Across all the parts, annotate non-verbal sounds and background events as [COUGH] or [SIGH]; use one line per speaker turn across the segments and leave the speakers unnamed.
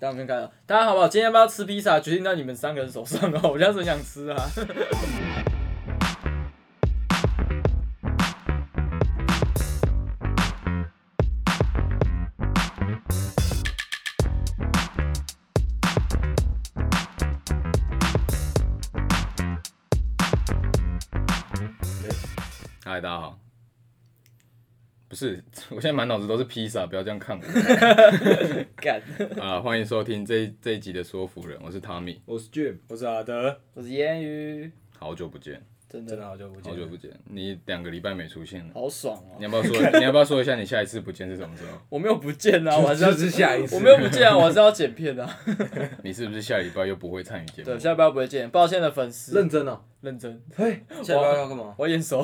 大家没看到，啊大家好不好？今天要不要吃披萨，决定在你们三个人手上哦。 [LAUGHS] 我现在很想吃啊。
嗨，大家好。不是， [LAUGHS] 我现在满脑子都是披萨，不要这样看我
干，
[LAUGHS] 啊！欢迎收听这一这一集的说服人，我是汤米，
我是 Jim，
我是阿德，
我是烟鱼，
好久不见，
真
真的
的
好久不见，
好久不见，你两个礼拜没出现了，
好爽
你
哦！
要不要说？你要不要说一下你下一次不见是什么时候？
我没有不见啊，我还是要
就就是下一次
我没有不见啊，我还是要剪片啊。 [LAUGHS]
你是不是下礼拜又不会参与节目？
对，下礼拜不会见，抱歉的粉丝，
认真哦。
认真，
嘿， [LAUGHS] 下礼拜要干嘛？
我要验收，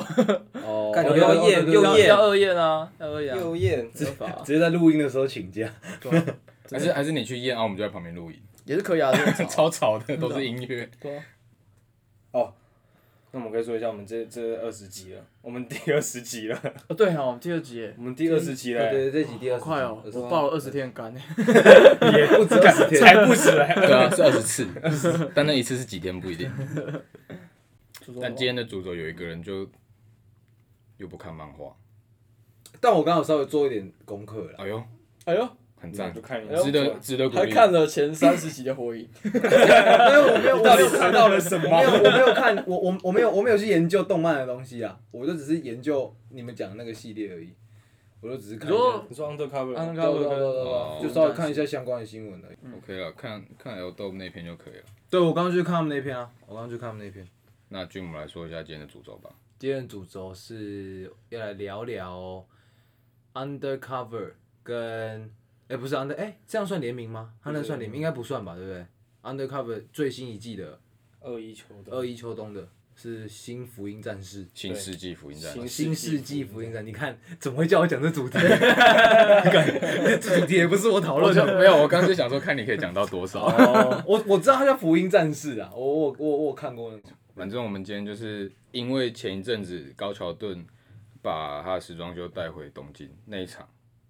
哦
干你又验又
要
验
要二验啊，要二验啊，
又验，
合法啊
直接在录音的时候请假。
对啊
还是还是你去验，然后我们就在旁边录音，
也是可以啊，这种
[LAUGHS]
[LAUGHS]
超吵的，都是音乐。
对啊
那我们可以说一下我们这这二十集了，我们第二十
[LAUGHS]
集了，
哦对哦，我们第二集耶，
我们第二十集了，
对对，这集第二
好
十集
快哦，我报了二十天的肝耶，
也不 [LAUGHS] 止二十天，
才不止嘞，
[LAUGHS] 对啊，是二十次，但那一次是几天不一定。但今天的主轴有一个人就又不看漫画，
但我刚好稍微做一点功课了。
哎呦，
哎呦，
很
那
赞
就，看你
哎呦
值得值得鼓
还
励。
看了前三十集的火影，
没有，我没有，我
到
没
底
有
看
看
到了什
我
么？
没有，我没 [LAUGHS] 有看，我我我没有，我没有去研究动漫的东西啊，我就只是研究你们讲的那个系列而已，我就只是看一
你说
下，
你说 undercover，
安
吗
德
[LAUGHS]
高
对啊对啊对啊对啊对
哦
啊就稍微看一下相关的新闻而已。
OK 了，看看 L 豆那篇就可以了。
对，我刚刚去看他们那篇啊，我刚刚去看他们那篇。
那君，我们来说一下今天的主轴吧。
今天的主轴是要来聊聊 Undercover 跟哎、不是 Under 哎、这样算联名吗？它那算联名应该不算吧，对不对？Undercover 最新一季的
二一球的，
二一秋冬的是新福音战士。
新世纪福音战士，
新
新世
世
纪
纪
福
福
音
音
战，你看怎么会叫我讲这主题？ [LAUGHS] 干这主题也不是我讨
我
论
想 [LAUGHS]
的。
没有，我刚刚就想说看你可以讲到
[LAUGHS]
多少。
哦，我我知道它叫福音战士啊，我我我我有看过那个。
反正我们今天就是因为前一阵子高桥盾把他的时装秀带回东京那一场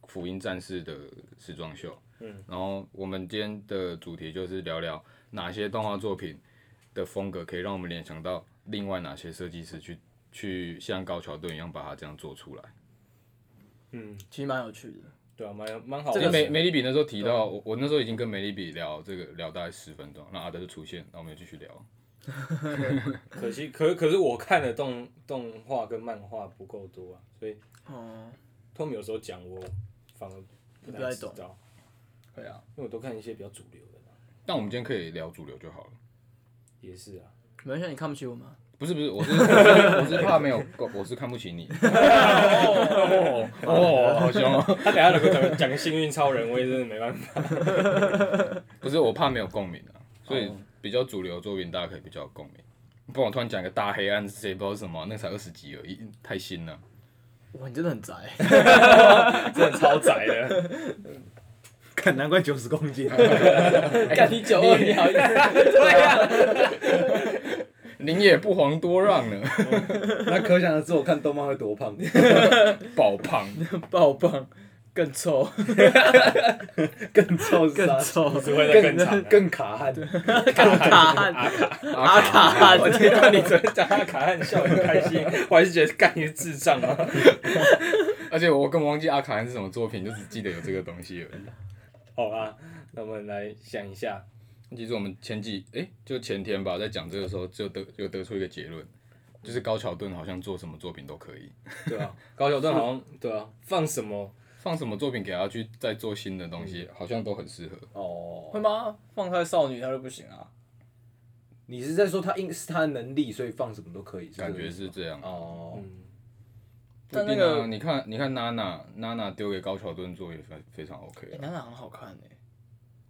福音战士的时装秀，
嗯，
然后我们今天的主题就是聊聊哪些动画作品的风格可以让我们联想到另外哪些设计师去去像高桥盾一样把它这样做出来。
嗯，
其实蛮有趣的。
对啊，蛮有蛮好
这
玩
因为
个
的，
梅梅丽比那时候提到，我我那时候已经跟梅丽比聊这个聊大概十分钟，那阿德就出现，然后我们就继续聊。
可惜可可是我看的动动画跟漫画不够多啊，所以
哦，
他们有时候讲我反而不
不太
太知
懂
道，
对啊，
因为我都看一些比较主流的啦，
但我们今天可以聊主流就好了。
也是啊， [LAUGHS]
没关系，你看不起我吗？
不是不是，我是我是我是怕没有够，我是看不起你。哦哦，好凶哦！
他等下如果讲讲幸运超人，我也真的没办法，
不是我怕没有共鸣啊，所以
哦
比较主流的作品大家可以比较有共鸣。不然我突然讲一个大黑暗，谁不知道是什么啊、那才二十集而已，太新了。
哇，你真的很宅。啊
真的超宅的。
[LAUGHS] 看，难怪九十公斤。
干你九二，你好意思？
您也不遑多让呢，
[LAUGHS] 那可想而知，我看动漫会多胖。
爆胖。
爆棒，更臭，
更臭是啥
更臭， [LAUGHS]
只会再更惨啊
更卡汗。
更卡汗，阿卡汗，
我听 [LAUGHS] 到你昨天讲他卡汉笑得很开心，我还是觉得干你是智障啊吗？
而且我根本忘记阿卡汉是什么作品，就只记得有这个东西而已。
好啦，那我们来想一下，
其实我们前几哎、就前天吧，在讲这个时候就得有得出一个结论，就是高桥盾好像做什么作品都可以，
对啊，高桥盾好像对啊，放什么
放什么作品给他去再做新的东
嗯
西，好像都很适合。
会
哦，
吗？放太少女她就不行啊。
你是在说他因是他的能力，所以放什么都可以，
感觉是这样。
哦，
嗯，
不一定
但
啊
那个
你看，你看娜娜，娜娜丢给高桥盾做也非非常 OK
哎，
啊。
娜娜很好看诶，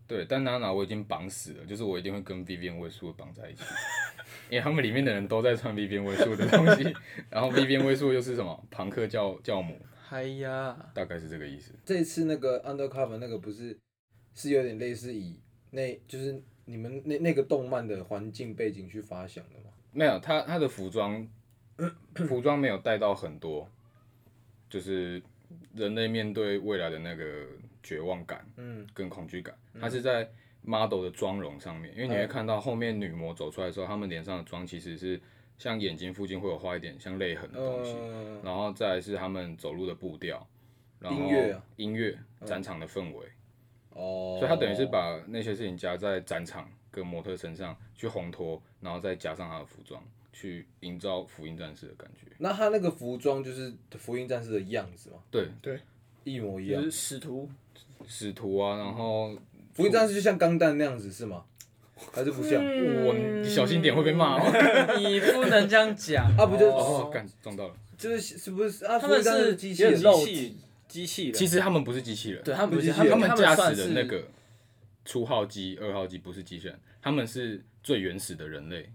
对，但娜娜我已经绑死了，就是我一定会跟 Vivian 位数绑在一起， [LAUGHS] 因为他们里面的人都在穿 Vivian 位数的东
[LAUGHS]
西，然后 Vivian 位数又是什么庞克教教母，
嗨呀，
大概是这个意思。
这次那个 Undercover 那个不是是有点类似以那就是你们那那个动漫的环境背景去发想的吗？
没有，他他的服装服装没有带到很多，就是人类面对未来的那个绝望感
嗯，哎
跟恐惧感，它是在 model 的妆容上面，因为你会看到后面女模走出来的时候，她们脸上的妆其实是像眼睛附近会有画一点像泪痕的东西，
嗯，
然后再来是她们走路的步调，然后
音乐啊
音乐展场的氛围，
哦，
所以他等于是把那些事情加在展场跟模特身上去烘托，然后再加上他的服装，去营造福音战士的感觉。
那他那个服装就是福音战士的样子嘛，
对，
一模一
就
样
是。使徒，
使徒啊，然后
福音战士就像钢弹那样子是吗？还是不像？
我你小心点会被骂哦。
你不能这样讲
啊不就
哦，
哦
干撞到了。
就是是不是啊？
他们
福音战士
是
机器
有
人
点肉
机器
体，
机器人，
其实他们不是机器人，
对他们不
不是
是
机器人
他
他
们
们驾
算
驶
是
的那个初号机、二号机不是机器人，他们是最原始的人类。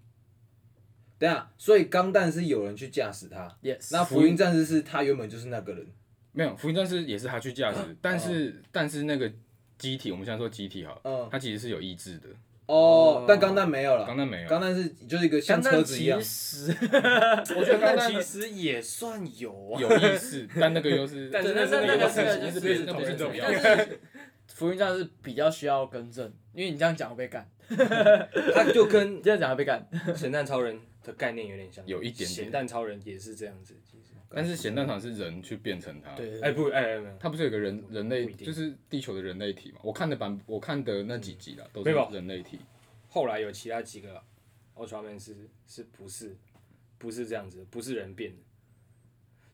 等一下，所以钢弹是有人去驾驶它，
yes，
那福音战士是他原本就是那个人。
没有，福音战士也是他去驾驶，但是但是那个机体，我们现在说机体好了，
嗯，
它其实是有意志的。
哦，但钢弹没有了
刚，才没有，
钢弹是就是一个像
但
车子一样
其。实
我觉得刚才
实也算有啊，
有意思， [LAUGHS] 但那个又是，
但是
那那那
个
个
是
是
那
就是
那不是重要
但。是福音战士比较需要更正，因为你这样讲会被干，
他就跟
你这样讲会被干。
咸蛋超人的概念有点像，
有一点点
咸蛋超人也是这样子，其实。
但是咸蛋厂是人去变成它，
对，
哎，不，哎哎没有，
它不是有个人人类
不一，定
就是地球的人类体嘛？我看的版，我看的那几集啦，都是
没有
人类体。
后来有其他几个 Ultraman 是是不是不是这样子，不是人变的，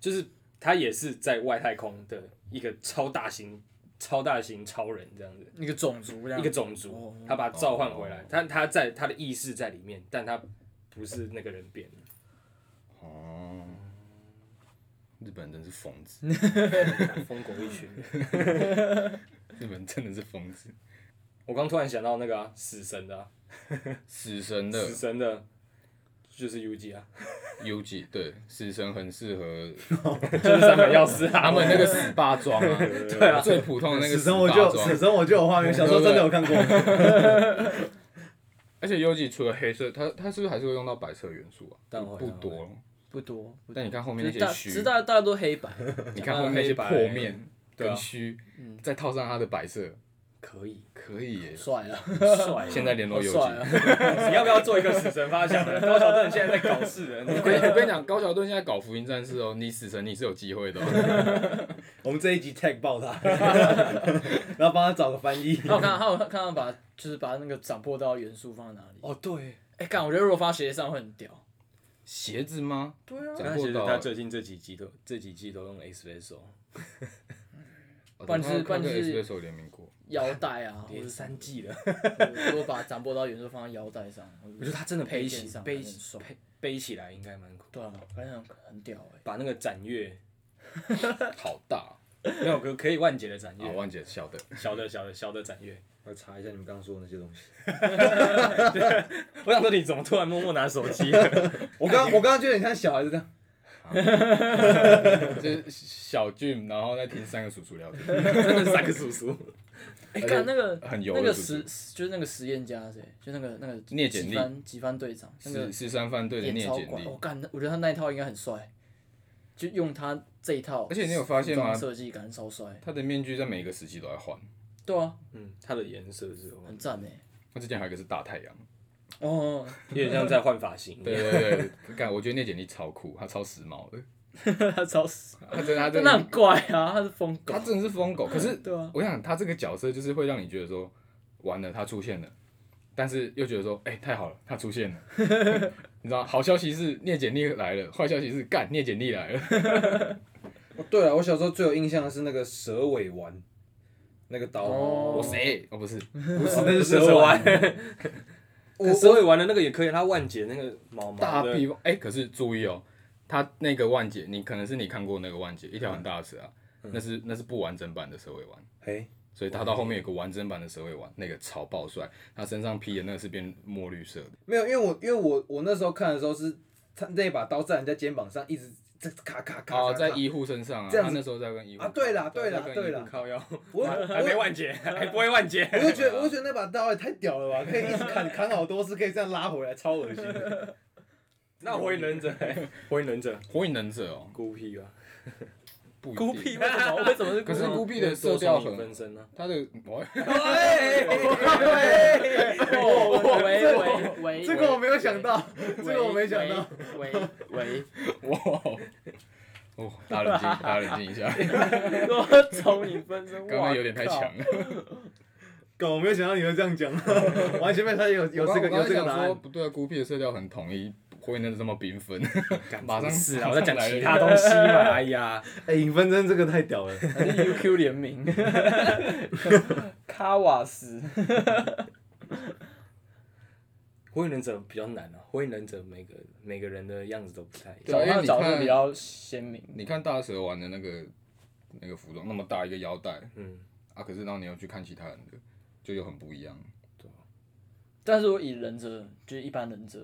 就是他也是在外太空的一个超大型超大型超人这样子。
一个种族这样
一个种
哦
族，他把它召唤回来
哦，
他他在他的意识在里面，但他不是那个人变的。
[LAUGHS] 哦，日本人真是疯子。
疯狗一群。
日本真的是疯子，
我刚突然想到那个啊，死神的啊、
死神的
死神的，就是 U G 啊，
U G 对，死神很适合 [LAUGHS]
就是三本药师
他
啊。
们那个死霸装啊，对啊，最普通的那个
死
死
神我
霸
就死
装。
神我就有画面，小时候真的有看过。
[LAUGHS]
而且 U G 除了黑色，它它是不是还是会用到白色元素啊？
当然会
不
当然会
多，
不多，不多
但你看后
就
面那
是
些
大，
虚
其实大大家都黑白，
你看后面那些破面
对啊
跟虚
嗯，
再套上它的白色，
可以，
可以耶。
帅啊，
帅
现在联络
好
邮
帅
寄，
啊！
你要不要做一个死神发 [LAUGHS] 想的？高桥盾现在在搞事
[LAUGHS]
人，
我跟我跟你讲，高桥盾现在搞福音战士哦，你死神你是有机会的哦。 [LAUGHS]
我们这一集 tag 爆
[LAUGHS]
他，然后帮他找个翻
[LAUGHS]
译。
还有看，还有看他把就是把那个斩破刀的元素放在哪里？
[LAUGHS] 哦，对，
哎，干，我觉得如果发鞋上会很屌。
鞋子吗？
对啊
斩破刀
他，最近这几集都这几季都用 Espresso，
哦
不然就是
我看
不
过
然就是
Espresso 联名
[LAUGHS]
过，
腰带啊，或
连
者是
三季了。
如果把斩破刀元素放在腰带上，我
我觉得他真的背
配
起
件上
背
很
起
爽
背背起来应该蛮酷，
对啊，反正很很屌哎。
把那个斩月
好大
没有可可以万劫的斩
啊！
月，
万姐晓得，
小的小的小的斩月。
我查一下你们刚刚说的那些东西。
我想说你怎么突然默默拿手 [LAUGHS] 机？
我
哎
刚我刚刚就有点像小孩子这样，
[LAUGHS] 就是小俊，然后在听三个叔叔聊
[LAUGHS]
天，
真的三个叔叔。
哎，看那个
很油
那
的
个
叔
实
叔。
就是那个实验家是谁？就那个那个
聂简历
吉帆吉帆队长，那个
十十三犯罪的
演
聂
超
简
怪。
历
我，干，我觉得他那一套应该很帅，就用他这一套，
而且你有发现吗
设计感超帅。
他的面具在每一个时期都在换。
对啊，
嗯，它的颜色是有
很赞哎。
那之前还有一个是大太阳，
哦，
有点像在换发型。
对对对，干，我觉得聂简历超酷，他超时髦的，
他超死，
他真的
[LAUGHS]
他
但
真的
他很怪啊，他是疯狗
他。真的是疯狗，可是
对啊，
我想他这个角色就是会让你觉得说，完了，他出现了，但是又觉得说，哎、太好了，他出现了。 [LAUGHS] 你知道，好消息是聂简历来了，坏消息是干聂简历来了。
哦对
啊
了，我小时候最有印象的是那个蛇尾丸，那个刀，
哦
我谁？哦，不是，
不是那是
蛇
蛇
尾
尾
丸
丸，
我蛇尾玩的那个也可以，它万劫那个毛
大
毛的
臂，哎、可是注意哦，他那个万劫，你可能是你看过那个万劫，一条很大的蛇啊，那是那是不完整版的蛇尾丸。
哎，
所以他到后面有个完整版的蛇尾丸，那个超爆帅，他身上披的那个是变墨绿色的，
没有，因为我因为我我那时候看的时候是他那把刀在人家肩膀上一直这咔咔咔咔，
哦，
咔
在医护身上啊，
这样
他
子
那时候在跟医护
啊，对啦对啦
在跟医护
对啦，
靠腰，
我
还没万 [LAUGHS] 劫，还不会万劫。
我就觉得，我就觉得那把刀也太屌了吧，可以一直砍 [LAUGHS] 砍好多次，可以这样拉回来，超恶心的。
[LAUGHS] 那火影忍者，火影忍者
火影忍者哦，
孤僻吧？
不一定
孤僻为什么？为什么是孤
可
僻？
是孤僻的色
多
调
重影
很
分，身呢？
他的哦
哦我喂喂喂，
这个我没有想到，这
喂
个我没想到。。
喂喂，
哇哦，大家冷
[LAUGHS]
静，大家冷静一下，
喂多重影分身，
刚刚有点太
哇靠
强了。
哥，我没有想到你会这样讲，完全没有想到有有
我
这个
刚我刚
有
才
这个
想
答
说
案。
不对啊，孤僻的色调很统一，不会那这么缤纷。 [LAUGHS] 马上
是
[LAUGHS]
啊，我在讲其
马
他
上来了
东西
[LAUGHS]
嘛。哎呀，
[LAUGHS] 哎，影分身这个太屌了，
还是 UQ 联名，卡瓦斯。
火影忍者比较难啊，火影忍者每个每个人的样子都不太一
对啊
样。
对，
因
他的
为你
角色
看
比较鲜明。
你看大蛇丸的那个那个服装，那么大一个腰带
嗯，
啊，可是当你要去看其他人的，就又很不一样。
但是我以忍者就是一般忍者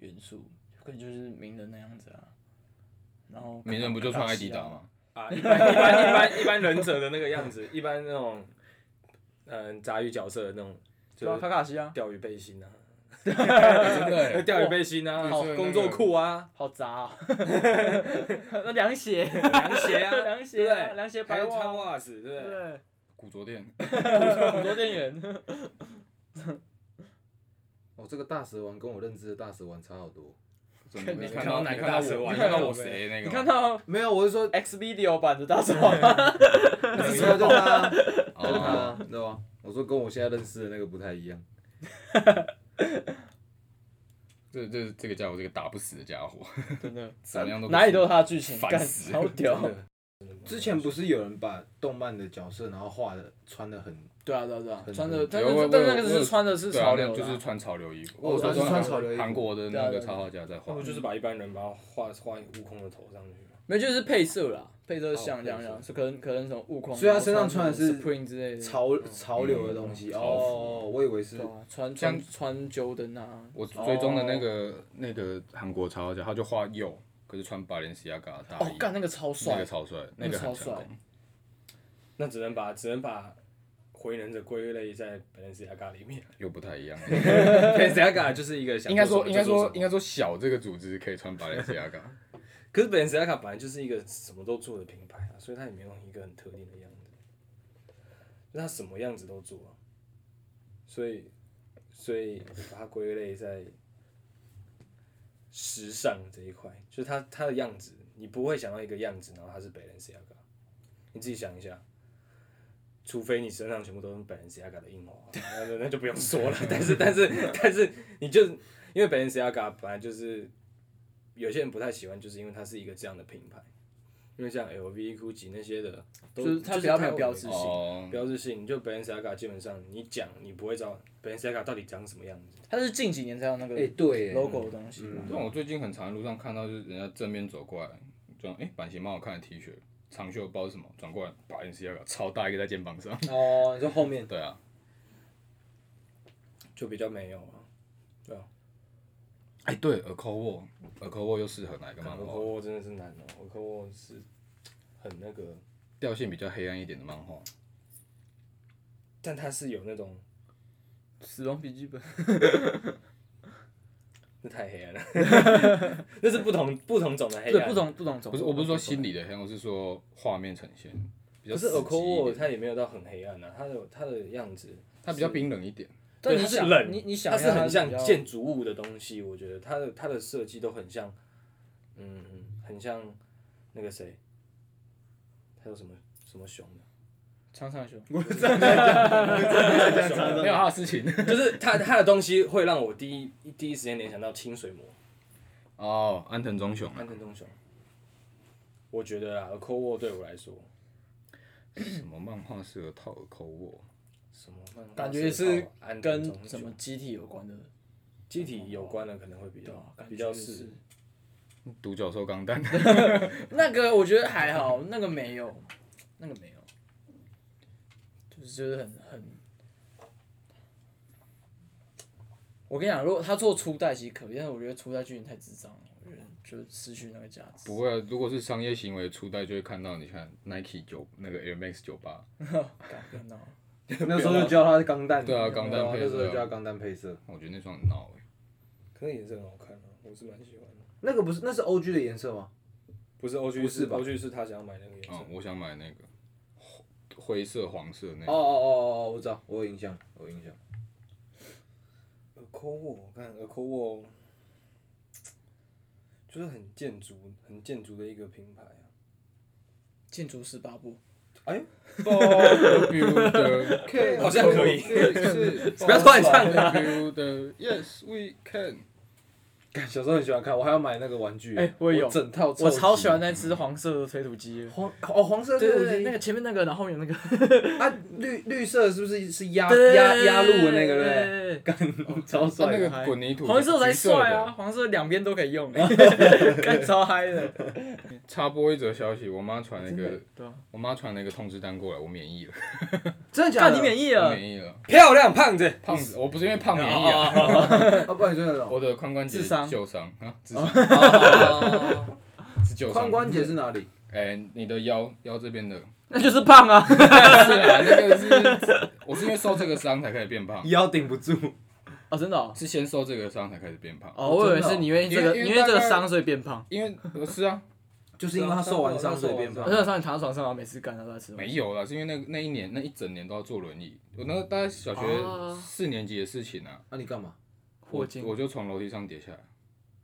元素，可能就是鸣人那样子啊。然后
鸣人不就穿艾迪达
吗？
[LAUGHS]
吗？
啊，一般一般一般一般忍者的那个样子，一般那种嗯杂鱼角色的那种，
对啊，
就
卡
是
卡西啊，
钓鱼背心啊，
啊
真的
[LAUGHS]
欸，
钓鱼背心啊，
哇就是那个
工作裤啊，
好杂啊！ [LAUGHS] 那凉鞋，
凉鞋啊，
[LAUGHS]
凉鞋啊
对不对
凉鞋
还
白
有
袜啊
穿袜子，对不对？
对，
古着店
很多店员。
哦，这个大蛇丸跟我认知的大蛇丸差好多。
真的，
你
你
看
看
到
到
哪
啊你
个
看到
大蛇
我，
丸
你看到
看到
我
我
谁那个啊
你
吗？
看到
没有，我
[LAUGHS]
是说，
X Video 版的大蛇丸，
我是说就他，就
哦
他，
对吧？我说跟我现在认识的那个不太一样。
这这这个家伙，这个打不死的家伙，
真的
怎么样都不
哪里
死
都有他的剧情，
烦
干
死
超屌。
之前不是有人把动漫的角色然后画的穿的很，
对啊对啊对啊，
很
穿的，但
有我
是
有
但是那个
我有
是穿的是
对
潮
啊，
流
那
的
就
啊，
是穿潮流衣服。
哦
说
他是穿潮流衣服
韩国的
对啊
那
对
个
啊
插画家在画
他，们就是把一般人把它画画悟空的头上去嘛，
没有就是配色啦，配色像
哦
这样这样，是可能可能什么悟空，啊
所以他身上穿的是
Spring 之类的，
潮潮流的东西
嗯
哦，我以为是
对啊穿
像
穿穿 Jordan 啊，
我追踪的那个那个韩国插画家，他就画右，可是穿巴伦西亚嘎的大
哦
衣，
干那个超
哎那
帅
个，超帅，
那个
个
超
很
帅
成功。
那只能把只能把火影忍者归类在 Balenciaga 里
[LAUGHS]
面
又不太一样，
，Balenciaga 就是一个想
应该
做
说
什么
应该
就做
说
什么
应该说小这个组织可以穿巴伦西亚嘎，
可是 Balenciaga 本来就是一个什么都做的品牌啊，所以它也没有一个很特定的样子，就它什么样子都做、啊，所以所以把它归类在时尚这一块，就是它它的样子，你不会想到一个样子，然后它是 Balenciaga，你自己想一下。除非你身上全部都是 Balenciaga 的印花，那那那就不用说了。但是但是但是，你就因为 Balenciaga 本来就是有些人不太喜欢，就是因为它是一个这样的品牌，因为像 LV、GUCCI 那些的，都
就是它比较没有
它
标志性
哦，
标志性。你就 Balenciaga 基本上你讲你不会知道 Balenciaga 到底长什么样子，
他是近几年才有那个
哎对耶
logo 的东西，
但我最近很常在路上看到，就是人家正面走过来，这样哎、版型蛮好看的 T 恤，长袖不知道是什么，转过来把 N C 个超大一个在肩膀上。 [LAUGHS]
哦，你说后面
对啊，
就比较没有啊。对啊，
哎、对，耳扣握，耳扣握又适合哪一个漫
我
画？
我真的是难哦，我可我是很那个，
调性比较黑暗一点的漫画，
但它是有那种，
死亡笔记本，
那太黑暗了， [LAUGHS] 那是不同不同种的黑
对，
暗。
不同不同种，
不是我不是说心理的黑暗，我是说画面呈现比较
可
死
是
寂
o k o
一
w
点，
它也没有到很黑暗啊，它的它的样子，
它比较冰冷一点。
但
对，
你
它是
想
冷，
你你想
它
一
是
下
很像
比较
建筑物的东西，我觉得它的它的设计都很像，嗯，很像那个谁，还有什么什么熊的，
长长熊，
没有他的事情 [LAUGHS]
就是它它的东西会让我第一第一时间联想到清水模
哦，安藤忠雄啊
安藤忠雄，我觉得啊 c o w 对我来说
什么漫画适合套耳扣握？
什么漫画
感觉是
安藤
跟
忠雄
什么机体有关的，
机体有关的可能会比
对啊
较
吧？感觉
比较
是
是，
独角兽钢弹， [LAUGHS]
那个我觉得还好，那个没有，那个没有，就是就是很很。我跟你讲，如果他做初代其实可以，但是我觉得初代剧情太智障了，我觉得就失去那个价值。
不会啊，如果是商业行为初代，就会看到你看 Nike 九那个 Air Max 九八，
干不要闹，
那时候就教他是钢弹，
对啊钢弹
对啊
配色
那时候就叫钢弹配色。
我觉得那双很闹哎、
可能也是很好看啊，我是蛮喜欢的。
那个不是，那是 O G 的颜色吗？
不是 O G
不是吧
，O G 是他想要买那个颜色
嗯，，我想买那个灰灰色、黄色那个。
哦哦哦哦，我知道，我有印象，我有印象。
耳抠沃，我看耳抠沃，就是很建筑、很建筑的一个品牌啊。
建筑十八步，
Build the
好像可以
can，
不要突然唱
Build the yes we can。
干小时候很喜欢看，我还要买那个玩具，
哎我也有
整套，
我超喜欢。那只黄色的推土机的。
黄哦，黄色
对对
对
对，那个前面那个，然后后面有那个
[LAUGHS] 啊，绿绿色是不是是压
对
压压路的那个对
对对
不对？超
它
帅啊
啊那
的，
个滚泥
对，
土是
黄色才
橘色的
帅啊！！黄色两边都可以用，看超嗨的。
插播一则消息，我妈传了一个，
对啊，
我妈传了一个通知单过来，我免疫了，
真的假
干
的？
你免疫
我
了，
免疫了。
漂亮胖子，
胖子，我不是因为胖免疫啊，
[LAUGHS] 啊，不然你说那种
我的髋关节
智商
旧伤啊，智商
哦
是旧伤。
髋关节是哪里？
哎，你的腰腰这边的， [LAUGHS]
那就是胖啊。
是啊，那个是，我是因为受这个伤才开始变胖，
腰顶不住，
[LAUGHS] 哦，真的哦。
是先受这个伤才开始变胖。
哦，我以为是你因为这个，
因
因
为因为
为这个
大概
伤所以变胖。
因为呃是啊，
就是因为他受完伤所以变胖
我。那时候你躺在床上，然后没事干，然后在吃饭。
没有啦，是因为那个那一年那一整年都要坐轮椅。我那个大概小学
哦
四年级的事情啊，
那你干嘛？
我
霍金
我就从楼梯上跌下来，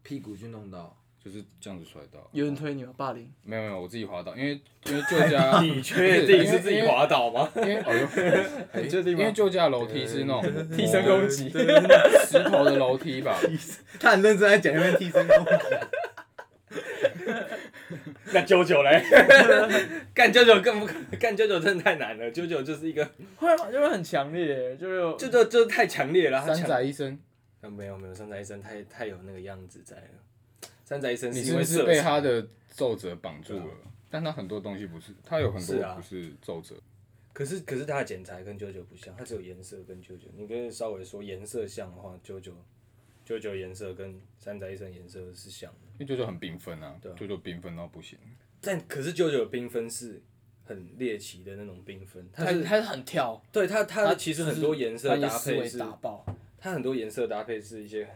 屁股就弄到，
就是这样子摔倒。
有人推你吗？霸凌？
没有没有，我自己滑倒，因为因为旧家
你确定是自己滑倒吗？
因为哦呦，
你确定
因为旧家楼梯是那种
替身攻击？
石头的楼梯吧，
他很认真在讲那边替 [LAUGHS] 身功。
[LAUGHS] 那九九
[LAUGHS]
嘞？干九九更不干九九真的太难了，九九就是一个
会吗？就会很强烈，就是
九九就是太强烈了。他
三
强
宅医生，
啊没有没有，山宅医生太太有那个样子在了。山宅医生
你
因
是不
为
是
色
被
彩
他的皱褶绑住了？但他很多东西不是，他有很多
是啊
不是皱褶，
可是可是它的剪裁跟九九不像，它只有颜色跟九九。你可以稍微说颜色像的话，九九九九颜色跟山宅一生颜色是像的，
因为舅舅很缤纷啊
对啊，
舅舅缤纷到不行。
但可是九九的缤纷是很猎奇的那种缤纷，它
他
是
他是很跳，
对它它
他
的其实很多颜色搭配是，
打爆。
它很多颜色搭配是一些很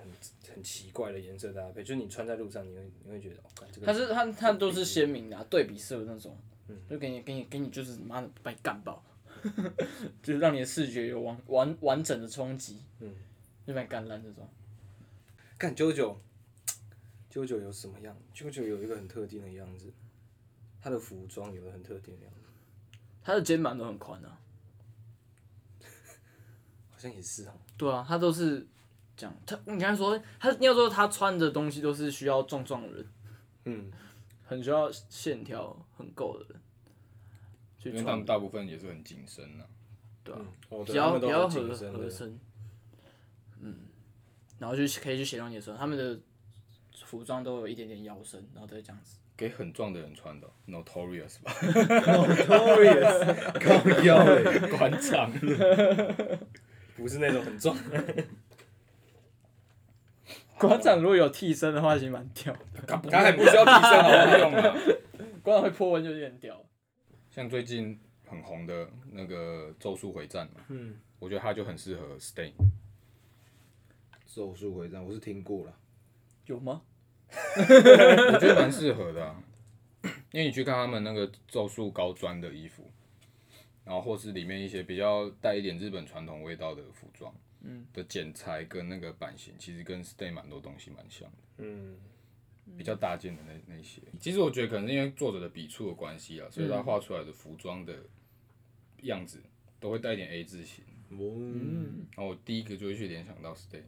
很奇怪的颜色搭配，就是你穿在路上你会你会觉得，哦，干这个
他是他他都是鲜明的、啊，对比色的那种，
嗯
就给你给你给你就是妈的把你干爆， [LAUGHS] 就是让你的视觉有完完完整的冲击，
嗯
就把你干烂这种。
干九九，九九有什么样？九九有一个很特定的样子，它的服装有个很特定的样子，
他的肩膀都很宽啊，
好像也是哦。
对啊，他都是这样。他你刚才说他你要说他穿的东西都是需要壮壮的人，
嗯，
很需要线条很够的人去
因为他
穿
们，大部分也是很紧身啊。
对啊。
哦，
比
对他
较
们
比
都
较
很
合
谨慎
合
的。
身，嗯，嗯然后就是可以去形容你的时候，他们的服装都有一点点腰身，然后再这样
[LAUGHS]
子，
给很壮的人穿的，Notorious 吧， [LAUGHS]
高腰 [LAUGHS] 欸
馆长。
不是那种很壮。
馆长如果有替身的话，其实蛮屌。
他还不需要提升好不好？
用啊。
馆长会破温就有点屌。
像最近很红的那个《咒术回战》嘛，嗯，我觉得他就很适合 Stain。
咒术回战我是听过了，
有吗？
我觉得蛮适合的啊、 [COUGHS] 因为你去看他们那个咒术高专的衣服，然后或是里面一些比较带一点日本传统味道的服装，嗯，的剪裁跟那个版型，其实跟 Stay 蛮多东西蛮像的，
嗯，
比较搭建的那那些。其实我觉得可能是因为作者的笔触的关系啊，所以他画出来的服装的样子都会带一点 A 字型。
嗯，
然后我第一个就会去联想到 Stay，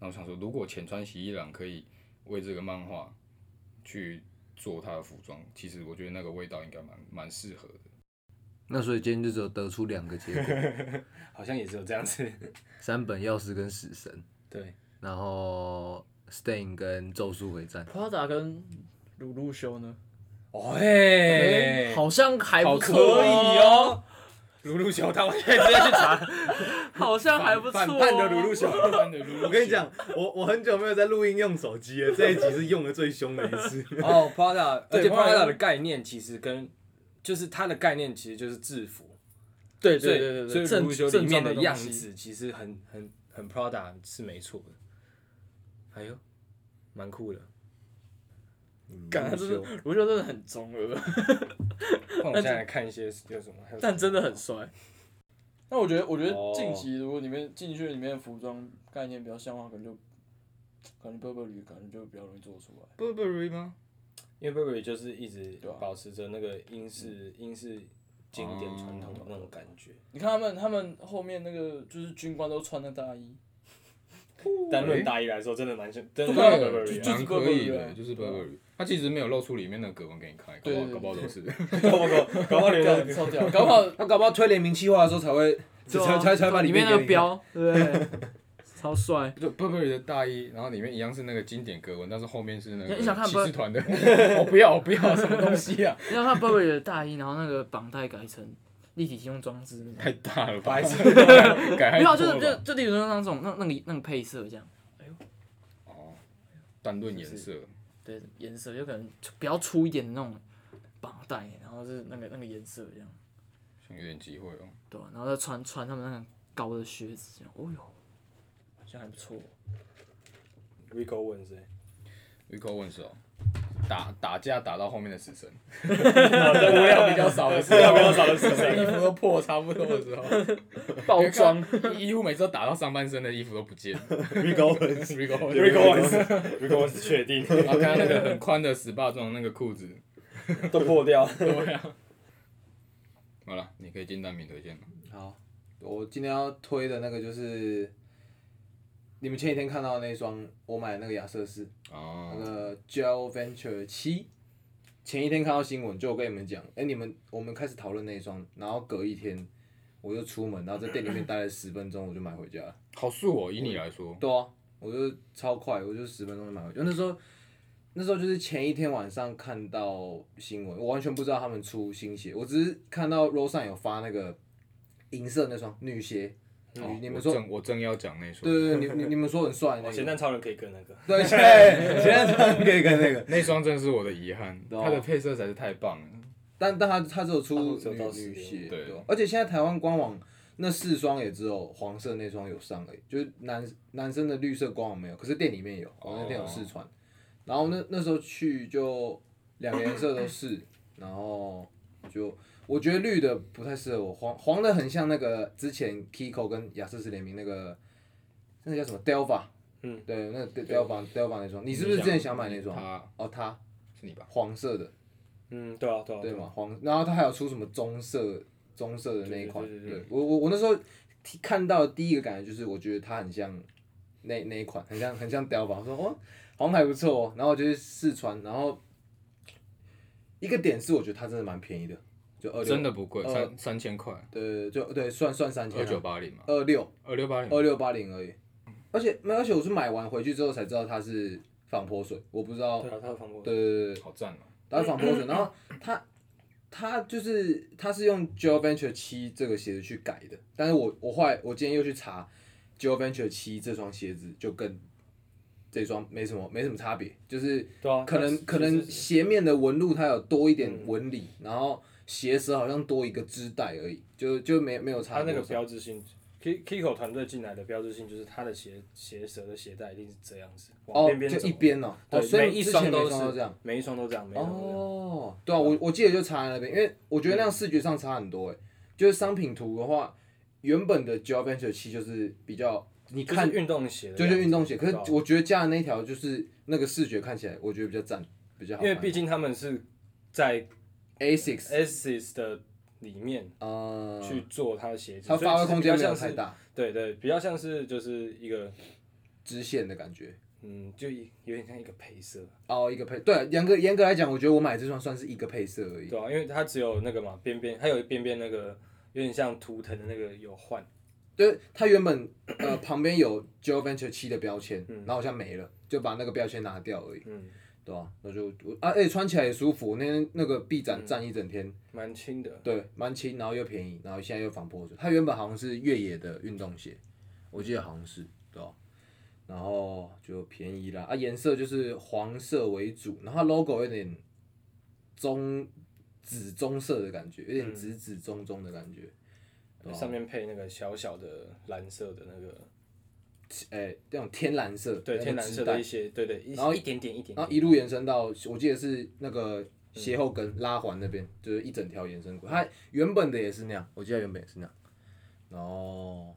那我想说，如果浅川喜一郎可以为这个漫画去做他的服装，其实我觉得那个味道应该蛮蛮适合的。
那所以今天就只有得出两个结果：
好像也只有这样子。嗯
三本钥匙跟死神，
对，
然后 Stain 跟咒术回战。
Prada 跟鲁鲁修呢？
哦嘿，
好像还不错、
哎可以哦。鲁鲁修，他完全直接去查
好像还不错、
反
哦。
叛的鲁鲁修。
我跟你讲，我我很久没有在录音用手机了，这一集是用的最凶的一次。
[LAUGHS] 哦，Prada，而且
Prada
Prada 的概念其实跟就是它的概念其实就是制服，
对
所
对
以
对对
所
对，
以
正
鲁鲁修里面的
正
样，
装东西
子其实很很很 [LAUGHS] Prada 是没错的。哎呦，蛮酷的。
感他真的卢秀真的很中二，
那我们现在来看一些有什么，还有
但真的很帅。那我觉得，我觉
哦
得近期如果里面进去里面的服装概念比较像的话，可能就感觉 Burberry 感觉就比较容易做出来。
Burberry 吗？
因为 Burberry 就是一直
对啊
保持着那个英式英式经典传统的那种感觉，
你看他们，他们后面那个就是军官都穿那大衣，
但论大衣来说，真的蛮像，真的
对
蛮像
就
Burberry
就
啊。
蛮可以
Burberry
的，
啊
就是
对啊
Burberry。它其实没有露出里面的格纹给你看，搞不好
对对对
搞不好都是。 [LAUGHS]
搞不好搞不好你们
干超屌，搞不好啊
他搞不好推联名企划的时候才会，才才
啊
才才把
里
面
那
给
个
你
标，对不对，超帅。
就 Burberry 的大衣，然后里面一样是那个经典格纹，但是后面是那个
你想看
骑士团的。 [LAUGHS] 我不要，我不要，什么东西啊？
你要看 Burberry 的大衣，然后那个绑带改成立体机动装置那种，
太大了吧？
白
色
色，
改太
没有，啊就
多
是
了
就
吧
就例如说那种那那个那个配色这样，
哦，单论颜色，啊
对，颜色有可能比较粗一点的那种绑带，然后是那个那个颜色这样，
像有点机会哦。
对吧、然后再穿穿他们那个高的靴子这样，哦哟，好像还不错。
Rico 欸问谁？
Rico 问手，打打架打到后面的死
[LAUGHS]
神，
物料比较少的，物料比较少的是谁？
衣 [LAUGHS] 服都破差不多的时候，
[LAUGHS] 包装，
衣服每次都打到上半身的衣服都不见
[LAUGHS]
了。
Rico 问
Rico 问
Rico 问谁？Rico 问是确 [LAUGHS] 定
然啊后看他那个很宽的 SPA 装的那个裤子，
都破掉了。
对啊。好了，你可以进单品推荐了。
好， [LAUGHS] 我今天要推的那个就是你们前几天看到的那双我买的那个亚瑟士，那
哦，
个 Gel Venture 七，前一天看到新闻，就我跟你们讲，哎、你们我们开始讨论那一双，然后隔一天我就出门，然后在店里面待了十分钟，我就买回家了。
好素哦，以你来说，
对啊，我就超快，我就十分钟就买回去。那时候，那时候就是前一天晚上看到新闻，我完全不知道他们出新鞋，我只是看到 r o s a n 有发那个银色那双女鞋，你、
哦
你们
我
说，
正我正要讲那双，
对对对，你你你们说很帅那
哦，咸
个，
蛋超人可以跟那个，
对，现在现在可以跟那个，
那双真的是我的遗憾，
对啊
它的配色实在是太棒了。
但但他他只有出
他只有
女
到
女
10
鞋，
对
对吧，而且现在台湾官网。那四双也只有黄色那双有上而已，就是男男生的绿色官网没有，可是店里面有，我那店有试穿。然后那那时候去就两个颜色都试，然后就我觉得绿的不太适合我，黄黄的很像那个之前 Kiko 跟亚瑟士联名那个那个叫什么 Delva，
嗯，
对，那个 Delva Delva 那双，你是不是之前想买那双？
它
哦，它
是你吧？
黄色的。
嗯，对啊，对啊，
对嘛，黄，然后它还有出什么棕色棕色的那一款，
对对对对
我我我那时候提看到的第一个感觉就是，我觉得它很像那那一款，很像很像碉堡，我说哦，好像还不错哦，然后我就去试穿，然后一个点是我觉得它真的蛮便宜的，就二六，
真的不贵，
呃
三三千块，
对，就对，算算三千啊
二九八零嘛，
二六
二六
嗯
八零，
哦
二六八零而已，而且没有，而且我是买完回去之后才知道它是防泼水，我不知道，
对啊，他的防火
哦对对对对。
好赞哦！
然后
嗯
防泼水，然后它它就是它是用 Geo Venture 七这个鞋子去改的，但是我我后来我今天又去查 Geo Venture 七这双鞋子就跟这双没什么没什么差别，就是
对啊，
可能
那
可
其
能
实是嗯
鞋面的纹路它有多一点纹理，然后鞋舌好像多一个织带而已，就就没没有差
他
多少。
那个标志性，K Kiko 团队进来的标志性就是他的鞋鞋舌的鞋带一定是这样子，往
哦
边，边
就
走
一，边哦，哦，
对，
所
每
以
一
之前
双
每
都
双
是
都这样。，
每一双都这样，每一双都这样。
哦，对啊，我我记得就差在那边，因为我觉得那样视觉上差很多诶、欸就是商品图的话，原本的 g e o Venture 七就是比较你
就是
看
运动鞋的样
就
子，
是运动鞋，可
对啊
是我觉得加的那一条就是那个视觉看起来，我觉得比较赞，比较好
因
看。
为毕竟他们是在
Asics
ASICS 的里面
呃，
去做他的鞋子，
它发挥空间没有太
所以其实比较像是，
大，
对对，比较像是就是一个
支线的感觉。
嗯，就一有点像一个配色，
哦，一个配对，严格严格来讲，我觉得我买这双算是一个配色而已。
对啊，因为它只有那个嘛边边，它有边边那个有点像图腾的那个有换，
就是它原本呃
[COUGHS]
旁边有 g e o Venture 七的标签，然后好像没了，就把那个标签拿掉而已。
嗯，
对啊，那就我啊，而且穿起来也舒服。我那天那个臂
嗯
展站一整天，
蛮轻的，
对，蛮轻，然后又便宜，然后现在又防泼水。它原本好像是越野的运动鞋，我记得好像是，对啊。然后就便宜啦，啊，颜色就是黄色为主，然后它 logo 有点棕紫棕色的感觉，有
嗯
点紫紫棕棕的感觉。
上面配那个小小的蓝色的那个
哎那种天蓝色，
对
那个
天蓝色
织
的
带
一些，对对，一
然后
一点点一点
然后
点，
一路延伸到，我记得是那个斜后跟拉环那边，就是一整条延伸过来。它原本的也是那样，我记得原本也是那样。然后，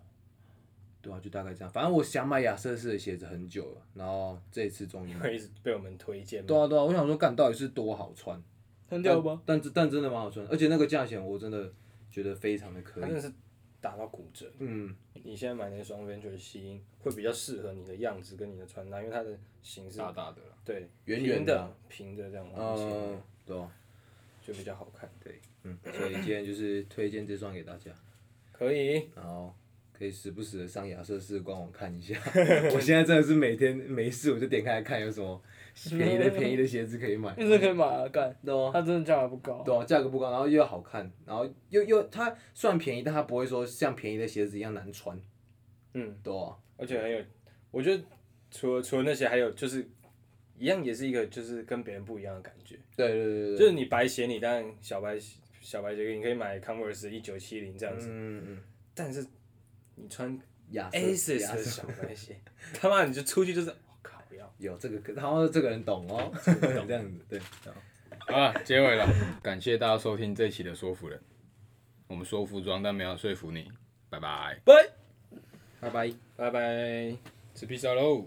对啊，就大概这样。反正我想买亚瑟士的鞋子很久了，然后这一次终于
因
买。
为一直被我们推荐嘛
对。啊对啊，我想说，干到底是多好穿？
删掉吧。
但但真的蛮好穿，而且那个价钱我真的觉得非常的可
它
以。
真的是打到骨折。
嗯，
你现在买那双 Venture 吸音会比较适合你的样子跟你的穿搭，因为它的形式
大大的啦。
对
圆圆
平
的啊
的平的这样往前，
呃，对啊，
就比较好看。对，
嗯，所以今天就是推荐这双给大家。
可以。
然后可以时不时的上亚瑟士官网看一下。 [LAUGHS] 我现在真的是每天没事我就点开来看有什么便宜的便宜的鞋子可以买，
那这可以买啊，干，
对啊，
它真的价格不高。
对啊，价格不高，然后又好看，然后又又它虽然便宜，但它不会说像便宜的鞋子一样难穿，
嗯，
对啊，
而且很有，我觉得除了除了那些，还有就是一样也是一个就是跟别人不一样的感觉。
对对对对
就
对，
是你白鞋，你当然小白小白鞋你可以买 Converse 一九七零这样子，
嗯嗯，
但是你穿
亚瑟
Asics
亚
的
瑟
小白鞋，
[LAUGHS]
他妈你就出去就是我靠不要。
有这个，然后这个人懂哦，这样子对，
好了，结尾了， [LAUGHS] 感谢大家收听这一期的说服人。我们说服装，但没有说服你。拜拜，
拜拜。
拜拜，
吃披萨喽。